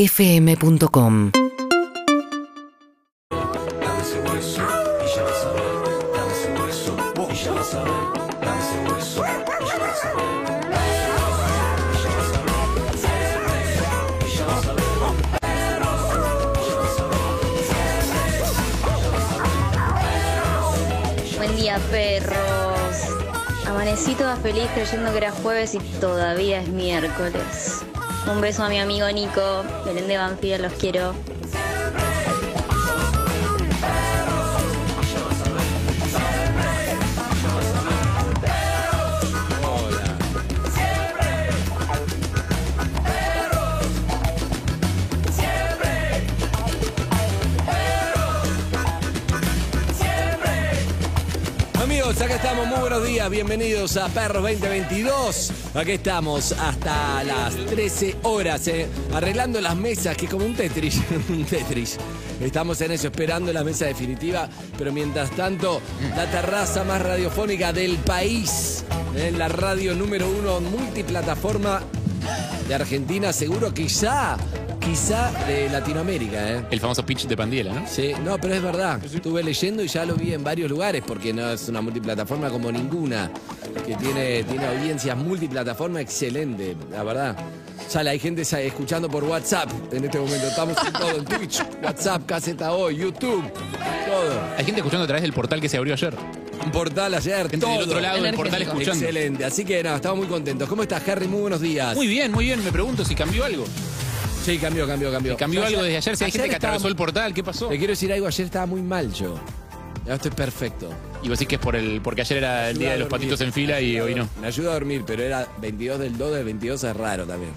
urbanaplayfm.com Dame ese hueso y ya vas a ver. Dame ese hueso y ya vas a ver. Dame ese hueso y ya vas a ver. Buen día, perros. Amanecí toda feliz creyendo que era jueves y todavía es miércoles. Un beso a mi amigo Nico. Belén de Banfield, los quiero. Amigos, acá estamos, muy buenos días, bienvenidos a Perros 2022. Aquí estamos hasta las 13 horas, eh, arreglando las mesas, que es como un Tetris, un Tetris. Estamos en eso, esperando la mesa definitiva, pero mientras tanto, la terraza más radiofónica del país, en la radio número uno multiplataforma de Argentina, seguro quizá, quizá de Latinoamérica, ¿eh? El famoso pitch de Pandiela, ¿no? Sí, no, pero es verdad. Estuve leyendo y ya lo vi en varios lugares porque no es una multiplataforma como ninguna. Que tiene, tiene audiencias multiplataforma excelente, la verdad. Sale, hay gente sa- escuchando por WhatsApp en este momento. Estamos en todo, en Twitch, WhatsApp, Caseta Hoy, YouTube, todo. Hay gente escuchando a través del portal que se abrió ayer. Un portal ayer, Gente todo. del otro lado del portal escuchando. Excelente, así que nada, estamos muy contentos. ¿Cómo estás, Harry? Muy buenos días. Muy bien, muy bien. Me pregunto si cambió algo. Sí, cambió, cambió, cambió. Eh, ¿Cambió Yo algo desde ayer? Si hay gente que estaba- atravesó el portal, ¿qué pasó? Te quiero decir algo, ayer estaba muy mal yo. Ahora estoy perfecto. Y vos decís que es por el, porque ayer era el día de los Ayuda a dormir. patitos en fila y hoy no. Me ayuda a dormir, pero era 22 del 2 del 22 es raro también.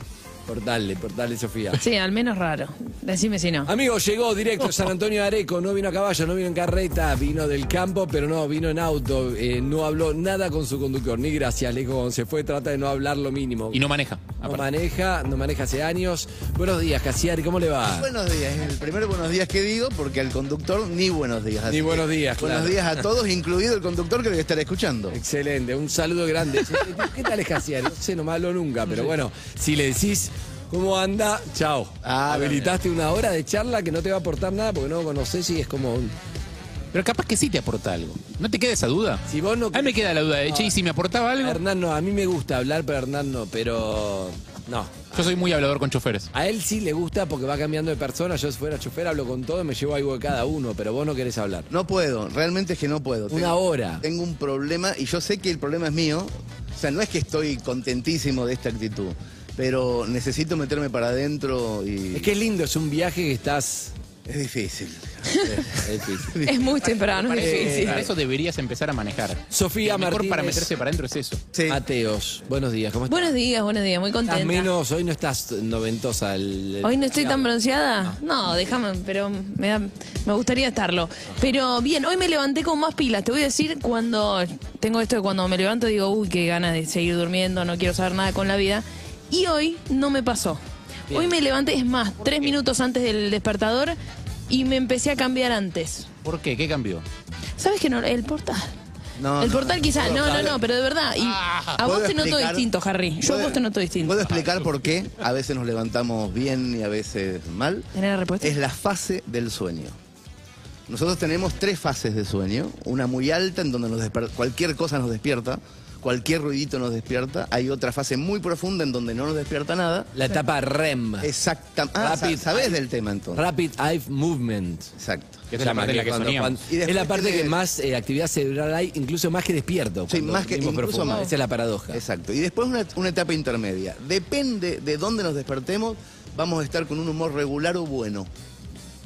Portale, portale, Sofía. Sí, al menos raro. Decime si no. Amigo, llegó directo San Antonio de Areco, no vino a caballo, no vino en carreta, vino del campo, pero no, vino en auto, eh, no habló nada con su conductor, ni gracias, Leco, se fue, trata de no hablar lo mínimo. Y no maneja. No aparte. maneja, no maneja hace años. Buenos días, Casiari, ¿cómo le va? Buenos días, es el primer buenos días que digo porque al conductor ni buenos días. Ni que buenos días, Buenos claro. días a todos, incluido el conductor que debe estar escuchando. Excelente, un saludo grande. ¿Qué tal es Casiari? No sé, no me habló nunca, pero bueno, si le decís cómo anda, chao. Ah, Habilitaste una hora de charla que no te va a aportar nada porque no lo conoces y es como. un- Pero capaz que sí te aporta algo. ¿No te queda esa duda? Si vos no. A mí me queda la duda de, che, ¿y si me aportaba algo? Hernán no, a mí me gusta hablar, pero Hernán no, pero. No. Yo soy muy hablador con choferes. A él sí le gusta porque va cambiando de persona. Yo si fuera chofer hablo con todo y me llevo algo de cada uno, pero vos no querés hablar. No puedo, realmente es que no puedo. Una hora. Tengo un problema y yo sé que el problema es mío. O sea, no es que estoy contentísimo de esta actitud, pero necesito meterme para adentro y Es que es lindo, es un viaje que estás. eh, es difícil. es difícil. Es muy temprano, Ah, Para es eso, difícil. para eso deberías empezar a manejar. Sofía Lo mejor Martínez. para meterse para adentro es eso. Sí. Ateos, buenos días, ¿cómo estás? Buenos días, buenos días, muy Estás contenta. menos, hoy no estás noventosa. el- el- Hoy no estoy tan digamos. bronceada. No, déjame, pero me, da- me gustaría estarlo. Pero bien, hoy me levanté con más pilas. Te voy a decir cuando tengo esto de cuando me levanto digo, uy, qué ganas de seguir durmiendo, no quiero saber nada con la vida. Y hoy no me pasó. Bien. Hoy me levanté, es más, tres minutos antes del despertador y me empecé a cambiar antes. ¿Por qué? ¿Qué cambió? ¿Sabes que no? El portal. No, el no, portal quizás, no, no, no, pero de verdad. Y a vos ¿Puedo te noto explicar? distinto, Harry. Yo a ¿Puedo- vos te noto distinto. ¿Puedo explicar por qué? A veces nos levantamos bien y a veces mal. ¿Tenés la respuesta? Es la fase del sueño. Nosotros tenemos tres fases de sueño. Una muy alta, en donde nos desper- cualquier cosa nos despierta, cualquier ruidito nos despierta. Hay otra fase muy profunda en donde no nos despierta nada. La etapa REM. Exactamente. Ah, Rapid sa- sabés eye- del tema entonces. Rapid Eye Movement. Exacto. Que esa es la parte en la que Cuando- soñamos. cuando- Y después es la parte que tiene- más eh, actividad cerebral hay, incluso más que despierto. Sí, cuando más que dormimos incluso profundo. más. Esa es la paradoja. Exacto. Y después una, una etapa intermedia. Depende de dónde nos despertemos, vamos a estar con un humor regular o bueno.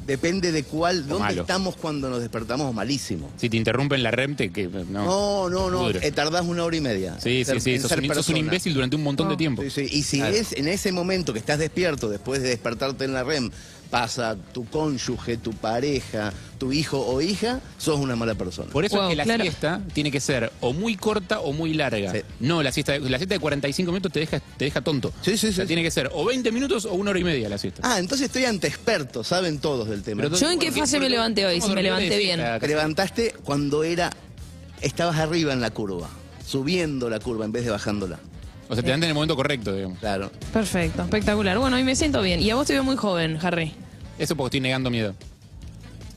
Depende de cuál, dónde malo. estamos cuando nos despertamos, malísimo. Si te interrumpen la REM, te, que, no. No, no, no. Duro. eh, tardás una hora y media. Sí, sí, en ser- sí. en Sos ser un, sos un persona. imbécil durante un montón de tiempo. Sí, sí, Y si Claro. es en ese momento que estás despierto, después de despertarte en la REM, pasa tu cónyuge, tu pareja, tu hijo o hija, sos una mala persona. Por eso Wow, es que la claro. siesta tiene que ser o muy corta o muy larga. Sí. No, la siesta, la siesta de 45 minutos te deja, te deja tonto. Sí, sí, O sea, sí. tiene que ser o 20 minutos o una hora y media la siesta. Ah, entonces estoy ante experto, saben todos del tema. Pero ¿Yo en qué porque- fase me porque levanté hoy? somos Ah, Si me dormidores levanté de bien. siesta, Te casi. levantaste cuando era estabas arriba en la curva, subiendo la curva en vez de bajándola. O sea, te dan en el momento correcto, digamos. Claro. Perfecto, espectacular. Bueno, hoy me siento bien. Y a vos te veo muy joven, Harry. Eso porque estoy negando mi edad.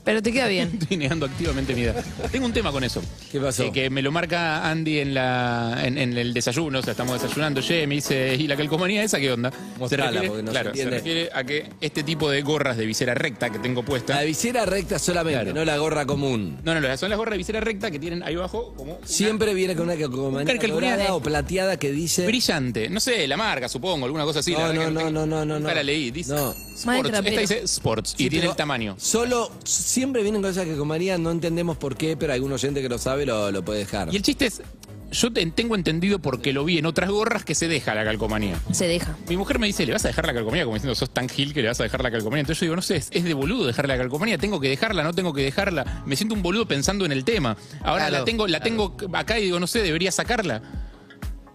Pero te queda bien. Estoy negando activamente mi edad. Tengo un tema con eso. ¿Qué pasó? Eh, que me lo marca Andy en, la, en, en el desayuno, o sea, estamos desayunando. Che, me dice, ¿y la calcomanía esa qué onda? Mostrala, refiere- porque no se claro, se, entiende. refiere a que este tipo de gorras de visera recta que tengo puesta. La visera recta solamente, Claro. no la gorra común. No, no, no, son las gorras de visera recta que tienen ahí abajo como. una- Siempre viene con una calcomanía Calcomanía dorada de- o plateada que dice... Brillante, no sé, la marca, supongo, alguna cosa así. No, la verdad no, que no, tengo- no, no, no, no. Nunca la leí, dice No. Madre Sports. Esta trapero. dice Sports y Sí, tiene pero el tamaño. Solo, siempre vienen con esa calcomanía, no entendemos por qué, pero algún oyente que lo sabe lo, lo puede dejar. Y el chiste es, yo te- tengo entendido porque lo vi en otras gorras que se deja la calcomanía. Se deja. Mi mujer me dice, ¿le vas a dejar la calcomanía? Como diciendo, sos tan gil que le vas a dejar la calcomanía. Entonces yo digo, no sé, es, es de boludo dejar la calcomanía, tengo que dejarla, no tengo que dejarla. Me siento un boludo pensando en el tema. Ahora Claro, la tengo, la tengo acá y digo, no sé, debería sacarla.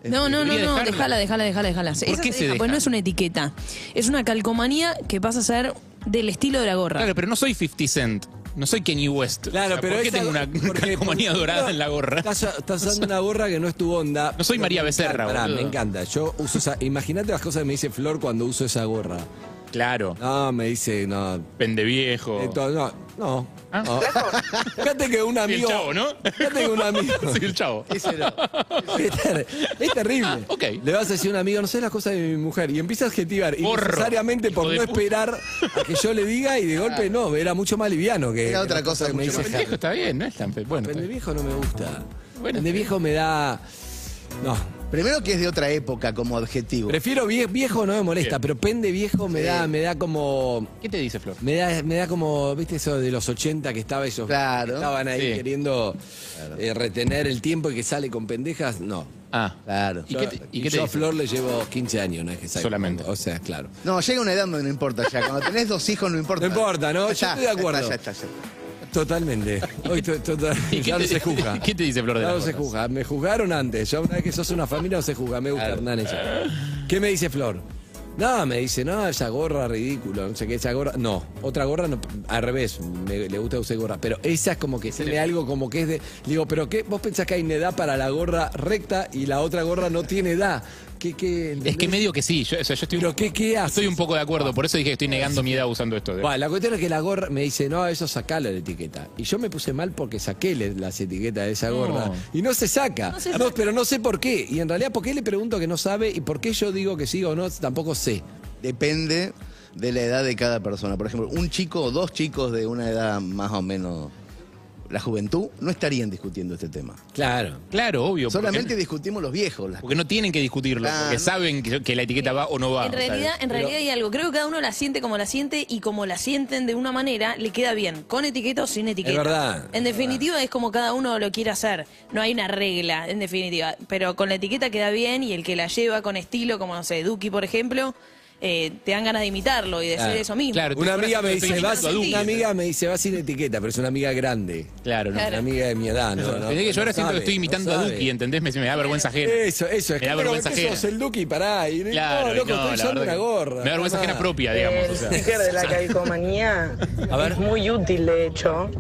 No, no, no, Debería no, dejarla. déjala, déjala, déjala, déjala. ¿Por Esa qué se deja? Pues no es una etiqueta. Es una calcomanía que pasa a ser del estilo de la gorra. Claro, pero no soy 50 Cent. No soy Kenny West. Claro, O sea, pero ¿Por qué esa- tengo una porque- calcomanía porque- dorada en la gorra? Estás, estás usando una gorra que no es tu onda. No soy Pero María me Becerra, encanta, pará, boludo. Me encanta. Yo uso esa. Imagínate las cosas que me dice Flor cuando uso esa gorra. Claro. No, me dice, no. Pende viejo. esto, no, no. Oh. Ah. no. Fíjate que un Y el amigo. chavo, ¿no? Fíjate que un amigo. Sí, el chavo. Es, ter- es terrible. Ah, ok. Le vas a decir a un amigo, no sé las cosas de mi mujer, y empieza a adjetivar Porro. innecesariamente por Hijo no de puta. esperar a que yo le diga, y de golpe no, era mucho más liviano que. Era que otra las cosa cosas que me dice mucho más Pende Harry. viejo está bien, ¿no? es tan pe- Bueno, está Pende bien. viejo no me gusta. Bueno, Pende está viejo me da. No. Primero que es de otra época como adjetivo. Prefiero vie- viejo, no me molesta, Bien. pero pende viejo me Sí. da, me da como. ¿Qué te dice Flor? Me da, me da como, viste, eso de los 80 que estaba ellos. que Claro. Estaban ahí Sí. queriendo eh, retener el tiempo y que sale con pendejas. No. Ah, Claro. ¿Y qué te, y qué te yo a dice? Flor le llevo 15 años, no es que salga. Solamente. O sea, claro. No, llega una edad donde no importa ya. Cuando tenés dos hijos no importa. No importa, ¿no? Ya Yo está, estoy de ya está, acuerdo. Ya está, ya está. Totalmente. Hoy to- total- ¿Y qué ya no te- se juzga. qué te dice Flor de Ya las no se Gorras? juzga. Me juzgaron antes. Ya una vez que sos una familia no se juzga. Me gusta Hernán ella. ¿Qué me dice Flor? No, me dice, no, esa gorra ridículo, no sé qué, esa gorra. No, otra gorra no, al revés, me- le gusta usar gorra. Pero esa es como que tiene algo como que es de. le Digo, pero qué, vos pensás que hay una edad para la gorra recta y la otra gorra no tiene edad. ¿Qué, qué, Es que entendés? medio que sí. Yo, o sea, yo estoy, Pero qué, qué haces? Ah, estoy un poco de acuerdo. Por eso dije que estoy negando mi edad usando esto. de- Bueno, la cuestión es que la gorra me dice, no, eso sacalo la etiqueta. Y yo me puse mal porque saqué le- las etiquetas de esa gorra. Y no se saca. No, pero no sé por qué. Y en realidad, ¿por qué le pregunto que no sabe? ¿Y por qué yo digo que sí o no? Tampoco sé. Depende de la edad de cada persona. Por ejemplo, un chico o dos chicos de una edad más o menos la juventud no estarían discutiendo este tema. Claro. Claro, obvio. porque- Solamente discutimos los viejos. las- Porque no tienen que discutirlo, Ah, porque no. saben que, que la etiqueta va o no va. En realidad, en realidad hay algo. Creo que cada uno la siente como la siente y como la sienten de una manera, le queda bien, con etiqueta o sin etiqueta. Es verdad, En definitiva, es como cada uno lo quiere hacer. No hay una regla, en definitiva. Pero con la etiqueta queda bien y el que la lleva con estilo, como no sé, Duki, por ejemplo, eh, te dan ganas de imitarlo y de Claro, hacer eso mismo. claro. Pero Una te amiga me disfrazas de dice, va película sin, adulta. una amiga me dice, va sin etiqueta, pero es una amiga grande. Claro, no. Una amiga de mi edad, ¿no? no, Pensé que yo ahora no siento sabe, que estoy imitando no a sabe. Duki, ¿entendés? Me, me da vergüenza ajena. Eso, eso. Es Me da pero vergüenza ¿qué sos ajena. el Duki, pará. Y, Claro, no, y loco, no, la estoy usando verdad una que- gorra. Ah. Me da vergüenza nada ajena más. propia, digamos. o El sea. sticker de la calcomanía A ver. es muy útil, de hecho,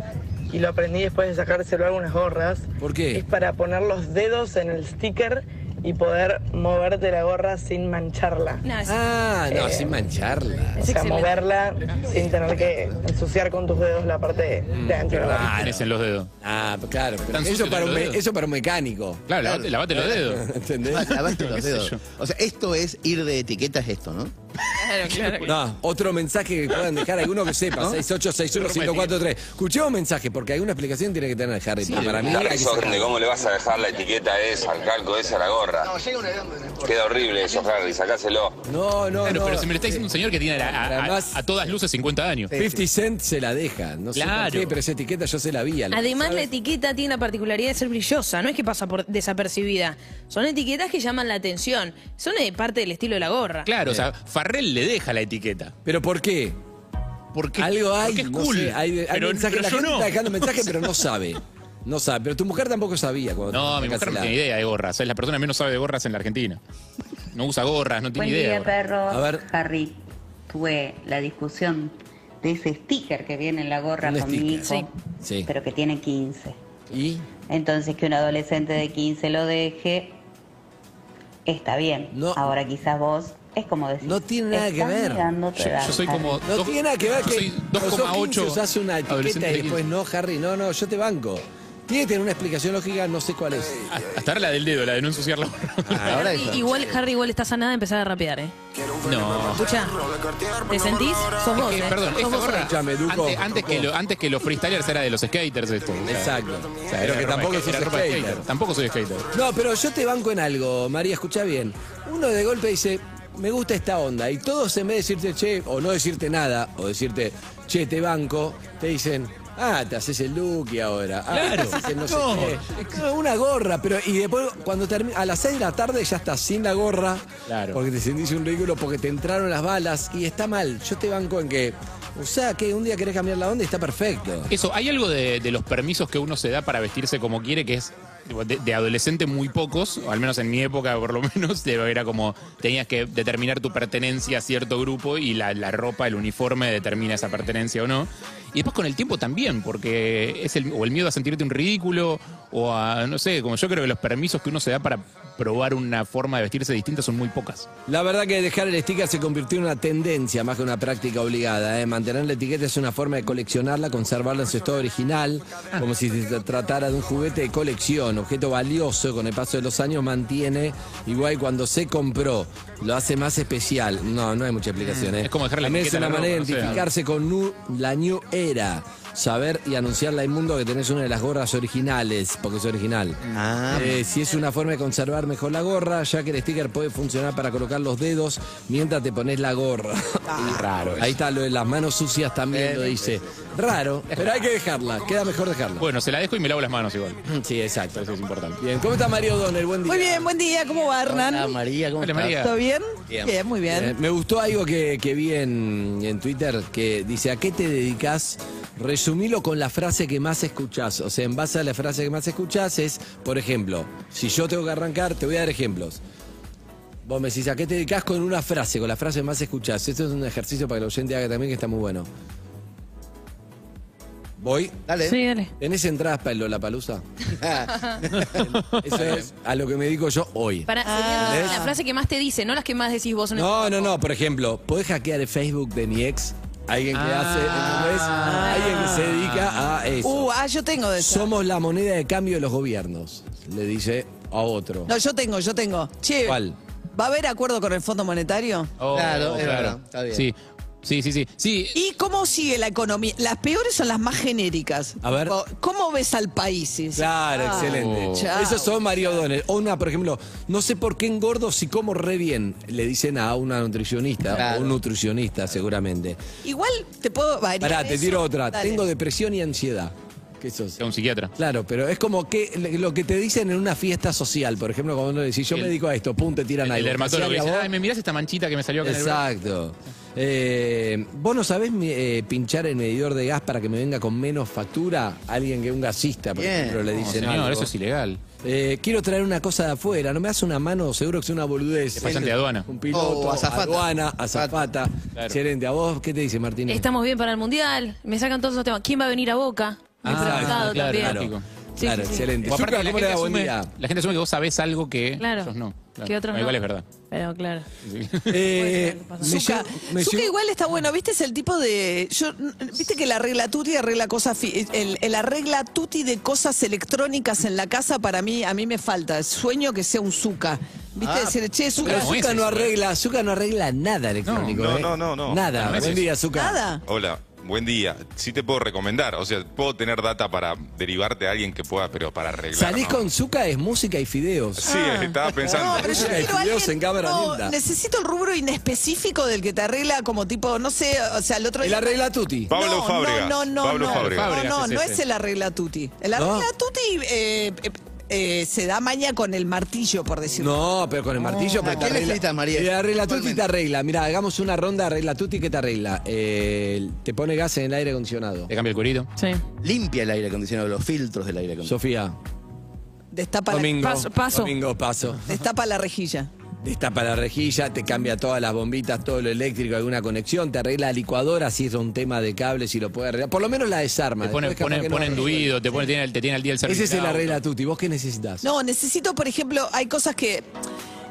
y lo aprendí después de sacárselo a algunas gorras. ¿Por qué? Es para poner los dedos en el sticker y poder moverte la gorra sin mancharla. No, es- Ah, Eh. no, sin mancharla. o sea, moverla sin tener que ensuciar con tus dedos la parte Mm, de adentro. de la gorra. Tenés en los dedos. Ah, claro. pero Tan eso, sucio para los un me- dedos. eso para un mecánico. Claro, lavate, lavate los dedos. ¿Entendés? Lavaste ¿Qué los sé dedos. yo? O sea, esto es ir de etiqueta, es esto, ¿no? claro, claro, claro. No, otro mensaje que puedan dejar, alguno que sepa, 6861-1043. Escuchemos mensaje, porque alguna explicación tiene que tener Harry. pero para mí hay que Sorprende, sacar. ¿cómo le vas a dejar la etiqueta esa, al calco esa a la gorra? llega una edad donde no Queda horrible eso, Harry, sacáselo. No, no, Claro, no. pero si me lo está diciendo un señor que tiene a, la- a- a- a todas luces 50 años. 50 Cent se la deja. No sé por Claro. qué, pero esa etiqueta yo se la vi. al- Además, la etiqueta tiene la particularidad de ser brillosa, no es que pasa por desapercibida. Son etiquetas que llaman la atención. Son eh, parte del estilo de la gorra. Claro, o sea, Farrell le deja la etiqueta. ¿Pero por qué? Porque, Algo hay. porque es no cool. sé, hay, hay pero mensaje, pero la yo gente no. está dejando mensaje, pero no sabe. No sabe. Pero tu mujer tampoco sabía. Cuando No, te mi mujer no sacaste tiene la- idea de gorras. Es la persona que menos sabe de gorras en la Argentina. No usa gorras, no tiene Buen idea. de día, gorras. perros. A ver. Harry, tuve la discusión de ese sticker que viene en la gorra Un con mi hijo, sticker. Sí. Sí. pero que tiene 15. ¿Y? Entonces, que un adolescente de 15 lo deje, está bien. No. Ahora quizás vos es como decir. No tiene nada que estás ver. mirando tu Yo- edad, yo soy Harry. como- No Dos- tiene nada que ver yo que soy los 2,8 15 usás una adolescente etiqueta de y después 15. no, Harry. No, no, yo te banco. Tiene que tener una explicación lógica, no Ah. sé cuál es. Hasta ahora la del dedo, la de no ensuciar la gorra. Ahora Harry, esa. igual, Harry igual está sanada de empezar a rapear, ¿eh? No. Escucha, ¿te sentís? Sos vos, Eh, ¿eh? perdón, Sos esta vos gorra, hoy. Escúchame, Duco, antes, antes que Duco. lo- antes que los freestylers era de los skaters esto. o sea, Exacto. o sea, Pero era que ropa- tampoco era sos ropa de skater. Tampoco soy skater. No, pero yo te banco en algo, María, escucha bien. Uno de golpe dice, me gusta esta onda. Y todos en vez de decirte, che, o no decirte nada, o decirte, che, te banco, te dicen, ah, te haces el Duki ahora. Ah, Claro. te haces el no sé No. qué". No, Una gorra, pero y después cuando termina, a las 6 de la tarde ya estás sin la gorra. Claro. Porque te sentís un ridículo, porque te entraron las balas y está mal. Yo te banco en que, o sea, que un día querés cambiar la onda y está perfecto. Eso, hay algo de, de los permisos que uno se da para vestirse como quiere, que es digo, de, de adolescente muy pocos, o al menos en mi época por lo menos, de- era como tenías que determinar tu pertenencia a cierto grupo y la, la ropa, el uniforme determina esa pertenencia o no. Y después con el tiempo también, porque es el, o el miedo a sentirte un ridículo, o a, no sé, como yo creo que los permisos que uno se da para probar una forma de vestirse distinta son muy pocas. La verdad que dejar el sticker se convirtió en una tendencia más que una práctica obligada. ¿eh? Mantener la etiqueta es una forma de coleccionarla, conservarla en su estado original, Ah. como si se tratara de un juguete de colección, objeto valioso con el paso de los años mantiene igual cuando se compró, lo hace más especial. No, no hay mucha explicación. ¿eh? Mm, es como dejar la También es etiqueta una en la manera de ropa, no sé. identificarse con nu- la new era. Saber y anunciarla al mundo que tenés una de las gorras originales, porque es original. Ah, Eh, si es una forma de conservar mejor la gorra, ya que el sticker puede funcionar para colocar los dedos mientras te pones la gorra. Ah. raro. Ahí está lo de las manos sucias también, Eh, lo dice. Raro, pero hay que dejarla, queda mejor dejarla. Bueno, se la dejo y me lavo las manos igual. Sí, exacto. Eso es importante. Bien, ¿cómo está Mario Donner? Buen día. Muy bien, buen día, ¿cómo va hola, Hernán? María, ¿cómo Hola, estás? María. ¿Todo bien? Bien. Bien, muy Eh, bien. me gustó algo que, que vi en, en Twitter que dice, ¿a qué te dedicas? Resumilo con la frase que más escuchás. O sea, en base a la frase que más escuchás es, por ejemplo, si yo tengo que arrancar, te voy a dar ejemplos. Vos me decís, ¿a qué te dedicas con una frase? Con la frase que más escuchás. Esto es un ejercicio para que el oyente haga también que está muy bueno. Voy. Dale. Sí, dale. ¿Tenés entradas para el Palusa? Eso es a lo que me dedico yo hoy. Para, ¿Entendés? Ah. La frase que más te dice, no las que más decís vos. en el- No, no, no. Por ejemplo, ¿podés hackear el Facebook de mi ex? Alguien que hace, ¿entendés? Alguien que se dedica a eso. Ah. Uh, ah, yo tengo de eso. Somos la moneda de cambio de los gobiernos, le dice a otro. No, yo tengo, yo tengo. Che, ¿Cuál? ¿va a haber acuerdo con el Fondo Monetario? Oh, Claro, es verdad, está bien. Sí. Sí, sí, sí. Sí, ¿Y cómo sigue la economía? Las peores son las más genéricas. A ver. Tipo, ¿Cómo ves al país? Sí, sí. Claro, excelente. Oh. Ah. Chao. Esos son Mario O'Donnell. O una, por ejemplo, no sé por qué engordo si como re bien, le dicen a una nutricionista Claro. o un nutricionista seguramente. Igual te puedo variar. Pará, te eso. tiro otra. Dale. Tengo depresión y ansiedad. ¿Qué sos? a un psiquiatra. Claro, pero es como que le- lo que te dicen en una fiesta social, por ejemplo, cuando uno dice, yo El- me dedico a esto, pum, te tiran El, algo. el dermatólogo ¿Te que hacían dice, a vos? ay, me mirás esta manchita que me salió acá en el brazo". Exacto. Eh, ¿Vos no sabés mi- eh, pinchar el medidor de gas para que me venga con menos factura? Alguien que un gasista, por Bien. ejemplo, le No, dicen señor, algo. eso es ilegal. Eh, quiero traer una cosa de afuera, no me hace una mano, seguro que es una boludez. Es pasante de aduana. Un piloto, Oh, O azafata. aduana, azafata. Claro. Gerente, ¿a vos qué te dice Martín? Estamos bien para el mundial. Me sacan todos esos temas. ¿Quién va a venir a Boca? Me he Ah, preguntado claro, también. claro. Sí, Claro, sí, sí. excelente. O aparte, Zucca, la ¿cómo le gente, da buen asume, día? la gente asume que vos sabés algo que Claro. ellos no. Claro. Que otros No, no. Igual es verdad. Pero claro. Eh, me Zucca, llegó- me Zucca llegó- igual está bueno, viste, es el tipo de. Yo, viste que la regla tuti arregla cosas. fi- El, el arregla tuti de cosas electrónicas en la casa para mí, a mí me falta. Sueño que sea un Zucca. Viste, Ah, decir, che, Pero Zucca. no es Zucca no, eso, arregla, Zucca no arregla nada electrónico. No, ¿eh? no, no, no. Nada. No es Buen eso. día, Zucca. Nada. Hola, buen día. Sí te puedo recomendar, o sea, puedo tener data para derivarte a alguien que pueda, pero para arreglar. Salís no. con Zucca es música y fideos. Sí, estaba pensando. Ah. No, pero yo Hay quiero videos alguien- en cámara no, lenta. necesito el rubro inespecífico del que te arregla como tipo, no sé, o sea, el otro El día- arregla tutti. Pablo no, Fábregas, No, no, Pablo no. Fábregas. No, no, Fábregas es no ese. es el arregla tutti. El arregla No. tutti eh, eh, eh, se da maña con el martillo, por decirlo. No, pero con el martillo. pero ¿a te qué arregla- necesitas, María? El arregla tutti te Igualmente. arregla. Mira, hagamos una ronda de arregla tutti que te arregla. Eh, te pone gas en el aire acondicionado. Te cambia el cuerito. Ah, Sí. Limpia el aire acondicionado, los filtros del aire acondicionado. Sofía, Destapa, la, domingo. Paso, paso. Domingo, paso. destapa la rejilla. Destapa la rejilla, te cambia todas las bombitas, todo lo eléctrico, alguna conexión, te arregla la licuadora si es un tema de cables si lo puede arreglar. Por lo menos la desarma. Te pone, después capaz pone, que no pone arregla. enduido, te, pone, tiene, te tiene al día el servicio. Ese es el arregla tutti. ¿Vos qué necesitas? No, necesito, por ejemplo, hay cosas que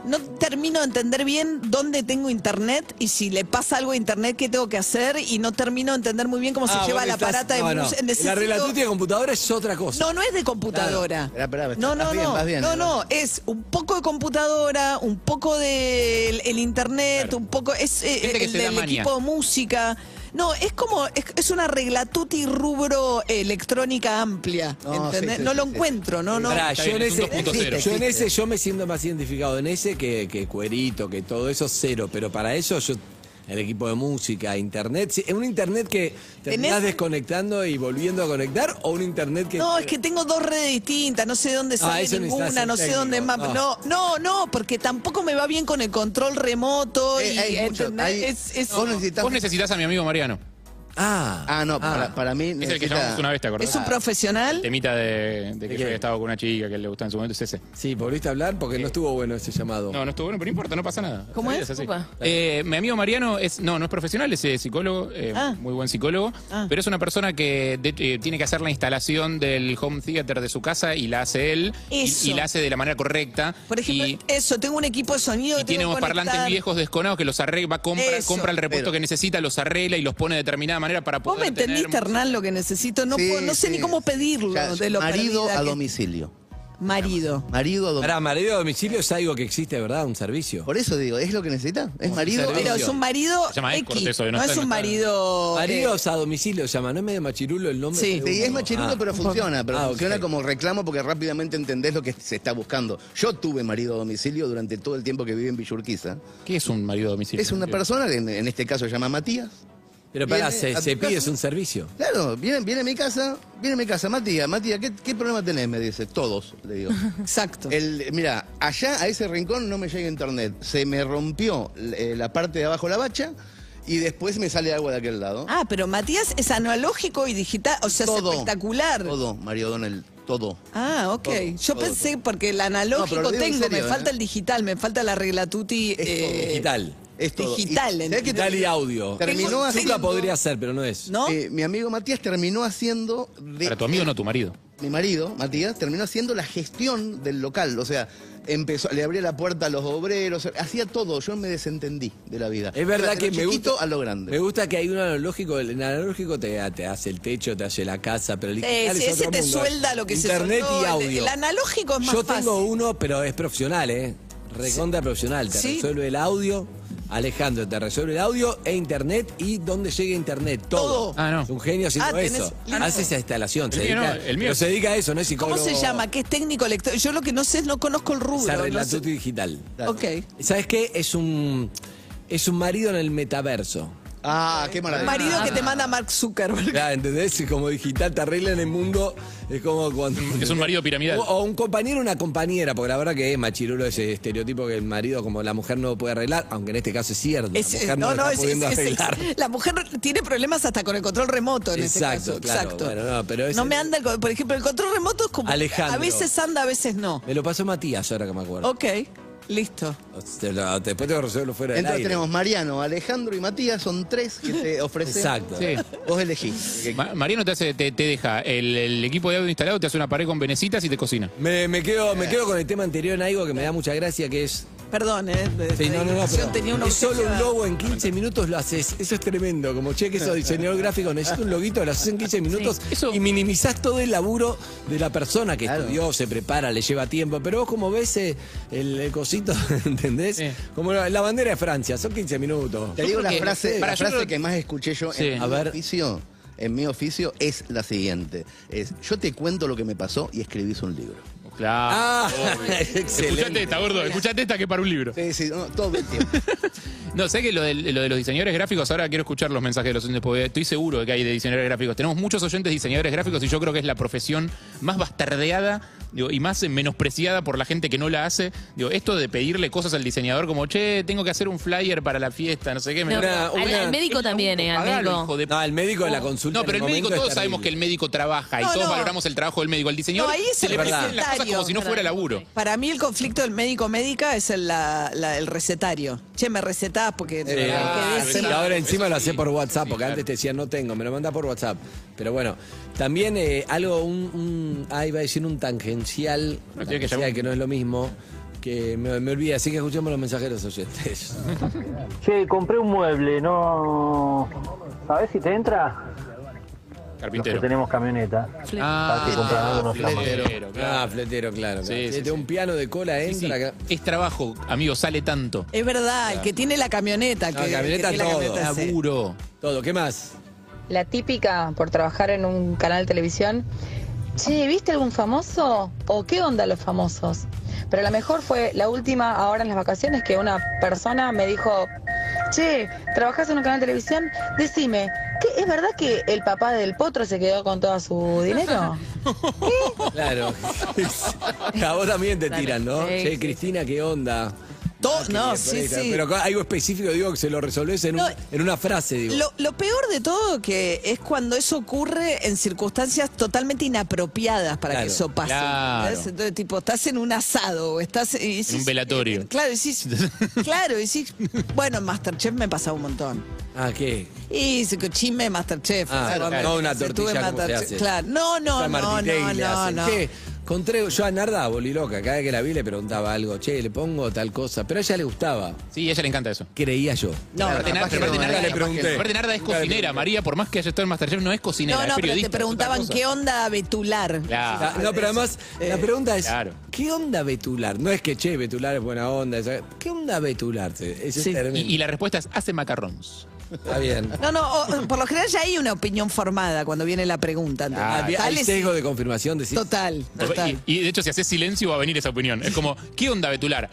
no termino de entender bien dónde tengo internet y si le pasa algo a internet, qué tengo que hacer y no termino de entender muy bien cómo Ah, se lleva vos la estás- aparata de no, no. bus. La Necesito- relatuti de computadora es otra cosa. No, no es de computadora. Esperá, esperá, no, no, vas bien, no. vas bien. Eh, no, no. Es un poco de computadora, un poco del el internet, Claro. un poco. Es eh, Gente que el se da del maña. equipo de música. No, es como. Es, es una reglatuti rubro eh, electrónica amplia. No, ¿entendés? sí, sí, no sí, lo sí. encuentro, no, no. Pará, Está yo, en bien, es ese, un 2.0. yo en ese yo me siento más identificado en ese que, que cuerito, que todo eso, cero. Pero para eso yo, el equipo de música, internet, sí, es un internet que terminás ¿Tenés? desconectando y volviendo a conectar o un internet que... Ah, No, es que tengo dos redes distintas, no sé dónde sale eso necesitas ninguna, ser no sé técnico, Ah. dónde más. no. No. no, no, porque tampoco me va bien con el control remoto Eh, y hay mucho, ¿entendés? hay- es, es- vos necesitas- Vos necesitas a mi amigo Mariano. Ah, Ah, no, Para, para Es mí el que necesita- llamamos una vez, ¿te acordás? es un profesional. El temita de, de que qué? yo había estado con una chica que le gustaba en su momento, es ese. sí, volviste a hablar porque Eh, no estuvo bueno ese llamado. No, no estuvo bueno, pero no importa, no pasa nada. ¿Cómo La vida es? así. Upa. Eh, mi amigo Mariano es, no, no es profesional, es eh, psicólogo, eh, Ah. muy buen psicólogo, Ah. pero es una persona que de- eh, tiene que hacer la instalación del home theater de su casa y la hace él y, Eso. y la hace de la manera correcta. Por ejemplo, y, eso, tengo un equipo de sonido. y tengo tiene que unos parlantes conectar. viejos desconados que los arregla, va, compra, Eso. compra el repuesto Pero- que necesita, los arregla y los pone de determinada manera para Vos poder me tener- entendiste, Hernán, lo que necesito. No, Sí, puedo- no sé sí. ni cómo pedirlo. Ya, de lo marido perdida a que- domicilio. Marido. Marido a domicilio. Pará, marido a domicilio es algo que existe, ¿verdad? Un servicio. Por eso digo, ¿es lo que necesita? ¿Es marido? servicio. Pero es un marido. Se llama X, Escort eso, no, no está- es no un está- marido. eh, Maridos a domicilio se llama, ¿no es medio machirulo el nombre? Sí. Sí, es machirulo, Ah. pero funciona. Pero Ah, ok. funciona como reclamo porque rápidamente entendés lo que se está buscando. Yo tuve marido a domicilio durante todo el tiempo que viví en Villurquiza. ¿Qué es un marido a domicilio? es una persona, que en, en este caso se llama Matías. Pero pará, Viene se, a se eh, tu pide, casa. es un servicio. Claro, viene, viene a mi casa, viene a mi casa, Matías, Matías, ¿qué, qué problema tenés? Me dice, todos, le digo. Exacto. El, mira, allá a ese rincón no me llega internet. Se me rompió eh, la parte de abajo la bacha y después me sale agua de aquel lado. Ah, pero Matías es analógico y digital. O sea, Todo, es espectacular. Todo, Mario Donel, todo. Ah, ok. Todo, Yo todo. pensé, porque el No, pero analógico lo digo en tengo, serio, me ¿eh? falta el digital, me falta la regla tuti. eh, Digital. Es todo. ¿sabés Digital, ¿entendés? qué Digital y terminó? audio. Terminó Zucca haciendo- podría ser, pero no es. ¿No? Eh, mi amigo Matías terminó haciendo. de- Para tu amigo, no tu marido. Mi marido, Matías, terminó haciendo la gestión del local. O sea, empezó, le abría la puerta a los obreros, hacía todo. Yo me desentendí de la vida. Es verdad Iba de que lo me chiquito gusta. a lo grande. Me gusta que hay un analógico. El analógico te, te hace el techo, te hace la casa, pero el Sí, digital sí, es ese otro te mundo. suelda lo que Internet se soldó, y el- audio. El, analógico es más Yo fácil. tengo uno, pero es profesional, ¿eh? Recontra profesional. Te Sí. resuelve el audio. Alejandro, te resuelve el audio e internet y dónde llega internet. Todo. Todo. Ah, no. Es un genio haciendo Ah, tenés- eso. listo. Hace esa instalación. se mío no, dedica, el mío. pero se dedica a eso, no es ¿Cómo psicólogo. se llama? ¿Qué es técnico electrónico? Yo lo que no sé es no conozco el Se rubro. arregla no sé. tutti digital. Ok. ¿Sabes qué? Es un, es un marido en el metaverso. Ah, qué maravilla. Marido que te manda Mark Zuckerberg. Claro, ¿entendés? Es Como digital te arregla en el mundo. Es como cuando. Es un marido piramidal. O, o un compañero, una compañera, porque la verdad que es machirulo ese estereotipo que el marido, como la mujer no puede arreglar, aunque en este caso es cierto. Es- eh, la mujer no, no, está es- pudiendo es- es- arreglar. la mujer tiene problemas hasta con el control remoto en ese Exacto, caso. claro, bueno, no, pero es- No me anda, el co- por ejemplo, el control remoto es como. Alejandro. A veces anda, a veces no. Me lo pasó Matías ahora que me acuerdo. Ok, listo. O sea, lo- después tengo que resolverlo fuera del Entonces aire. tenemos Mariano, Alejandro y Matías, son tres que te ofrecen. Exacto. Sí. Vos elegís. Ma- Mariano te, hace, te, te deja el, el equipo de audio instalado, te hace una pared con venecitas y te cocina. Me, me quedo, me quedo con el tema anterior en algo que me da mucha gracia, que es Perdón, ¿eh? de- Sí, de no, no, no, educación pero tenía una que solo un ausencia. logo en 15 minutos lo haces. Eso es tremendo. Como che, que sos diseñador gráfico, necesito un loguito, lo haces en 15 minutos eso- y minimizás todo el laburo de la persona que Claro. estudió, se prepara, le lleva tiempo. Pero vos, como ves eh, el, el cosito, ¿entendés? Sí. Como la, la bandera de Francia, son 15 minutos. Te digo creo la que- frase, para, la yo frase creo- que más escuché yo Sí. en A mi ver. oficio, en mi oficio, es la siguiente. Es yo te cuento lo que me pasó y escribís un libro. Claro. Ah, Escuchate excelente. esta, gordo. Escuchate esta que para un libro. Sí, sí, no, todo el tiempo. No, sé que lo, del- lo de los diseñadores gráficos, ahora quiero escuchar los mensajes de los oyentes, porque estoy seguro de que hay de diseñadores gráficos. Tenemos muchos oyentes diseñadores gráficos y yo creo que es la profesión más bastardeada digo, y más eh, menospreciada por la gente que no la hace. Digo, esto de pedirle cosas al diseñador como, che, tengo que hacer un flyer para la fiesta, no sé qué. me- No, Una- al, una- al médico también, ¿eh? Al Pagalo, médico. hijo de- No, el médico de la consulta. No, pero el en médico, momento es todos sabemos que el terrible. médico trabaja y No, todos no. valoramos el trabajo del médico. Al diseñador No, ahí es se le el presentan las cosas recetario. como si no fuera laburo. Para mí el conflicto del médico-médica es el, la- la- el recetario. Che, me recetás porque... Eh, Ah, porque sí. y decís- ahora encima Eso lo sí. hacés por WhatsApp, Sí, porque claro. antes te decían no tengo, me lo manda por WhatsApp. Pero bueno, también eh, algo, un, un- ah, iba a decir un tangencial, No, tiene que tangencial, llamar. que no es lo mismo, que me, me olvidé, así que escuchemos los mensajeros oyentes. Che, compré un mueble, no. ¿Sabes si te entra? Carpintero. tenemos camioneta. Ah, Para que comprar algunos fletero, Ah, claro. fletero, claro. Sí, claro. sí, Tiene sí. un piano de cola eh, Sí, sí. entra acá. Es trabajo, amigo, sale tanto. Es verdad, el que tiene la camioneta. No, que, camioneta que tiene todo. camioneta, sí. Laburo. Todo, ¿qué más? La típica por trabajar en un canal de televisión. Che, ¿viste algún famoso? ¿O qué onda los famosos? Pero la mejor fue la última, ahora en las vacaciones, que una persona me dijo, che, ¿trabajás en un canal de televisión? Decime, ¿qué, ¿es verdad que el papá del potro se quedó con todo su dinero? Claro. A vos también te tiran, ¿no? Sí, che, sí, Cristina, ¿qué onda? Ah, To- Qué no, bien, sí, Cristina. sí. Pero algo específico, digo, que se lo resolvés en, un- No. en una frase, digo. Lo, lo peor de todo que es cuando eso ocurre en circunstancias totalmente inapropiadas para Claro, que eso pase. claro. ¿entendés? Entonces, tipo, estás en un asado o estás y decís- En un velatorio. eh, Claro, decís, claro, decís, bueno, en Masterchef me pasa un montón. Ah, ¿qué? Y se chisme de Masterchef. Ah, cuando claro, no una se tortilla tuve como se hace. Claro, no, no, Esa no, no, Martitei le no, hacen. no. Che, encontré yo a Narda, boliloca, cada vez que la vi le preguntaba algo, che, le pongo tal cosa, pero a ella le gustaba, Sí, a ella le encanta eso. creía yo. No, Aparte, no, Nar- que pero aparte no, Narda- capaz que no. aparte Narda es Nunca le cocinera, pregunté. María, por más que haya estado en Masterchef, no es cocinera, no, es no, pero periodista. es te otra preguntaban cosa. qué onda Betular. Claro. Ah, no, pero además, Eh, la pregunta es, claro. ¿qué onda Betular? No es que, che, Betular es buena onda, esa- ¿qué onda Betular? Ese es tremendo. Y, y la respuesta es, hace macarrones. Está bien. No, no, o- por lo general ya hay una opinión formada cuando viene la pregunta. ¿entendés? Ah, Tal hay es- sesgo de confirmación, decís. Total, total. Y, y de hecho, si haces silencio va a venir esa opinión. Es como, ¿qué onda Betular?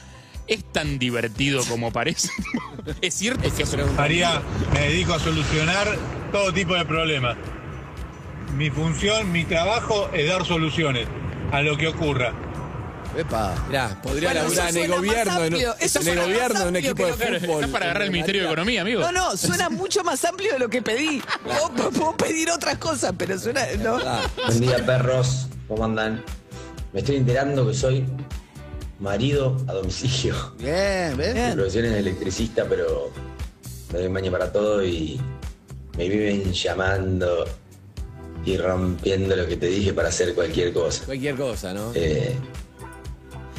¿Es tan divertido como parece? es cierto que es un- María, me dedico a solucionar todo tipo de problemas. Mi función, mi trabajo es dar soluciones a lo que ocurra. Epa. Mirá, podría Bueno, laburar eso en el suena más gobierno, en, un- amplio, eso en el suena más gobierno, en un amplio equipo de que lo que- fútbol. Estás para agarrar el Ministerio de Economía, amigo. No, no, suena mucho más amplio de lo que pedí. Puedo, puedo pedir otras cosas, pero suena. ¿no? Ah, Buen día, perros. ¿Cómo andan? Me estoy enterando que soy marido a domicilio. Bien, ¿ves? Mi profesión es electricista, pero me doy maña para todo y me viven llamando y rompiendo lo que te dije para hacer cualquier cosa. Cualquier cosa, ¿no? Eh,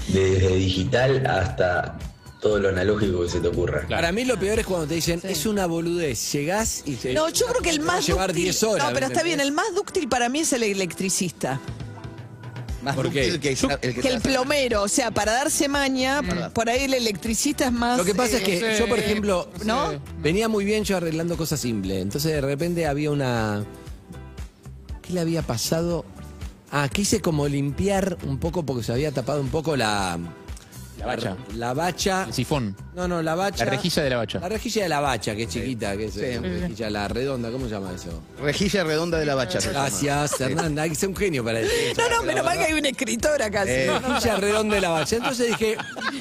desde digital hasta todo lo analógico que se te ocurra. Para mí lo peor es cuando te dicen, es una boludez, llegás y te... No, yo creo que el te va a más eh, llevar dúctil. 10 horas. no, pero ¿me está bien, el entendés? más dúctil para mí es el electricista. Más ¿Por qué? dúctil que, el Que el que, te hace- plomero, o sea, para darse maña, por ahí el electricista es más. Lo que pasa es eh, que no sé, yo, por ejemplo, no sé. venía muy bien yo arreglando cosas simples. Entonces de repente había una... ¿Qué le había pasado? Ah, quise como limpiar un poco porque se había tapado un poco la... La bacha. La bacha. El sifón. No, no, la bacha. La rejilla de la bacha. La rejilla de la bacha, que es chiquita, que es eh, rejilla, la redonda, ¿cómo se llama eso? Rejilla redonda de la bacha. se llama. Gracias, Hernanda, hay que ser un genio para decir eso. No, no, menos mal que verdad, hay un escritor acá. sí. Eh, No, no, Rejilla redonda de la bacha. Entonces dije,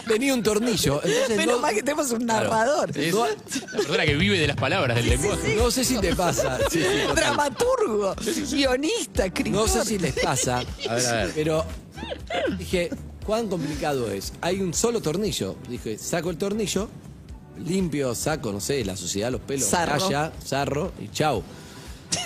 tenía un tornillo. Entonces menos no- mal que tenemos un Claro. narrador. no, La persona que vive de las palabras, del lenguaje. no sé si te pasa. sí, sí, total. Dramaturgo, guionista, escritor. No sé si les pasa, A ver, a ver. pero dije, ¿cuán complicado es? Hay un solo tornillo. Dije, saco el tornillo, limpio, saco, no sé, la suciedad, los pelos, Sarro. raya, zarro y chau.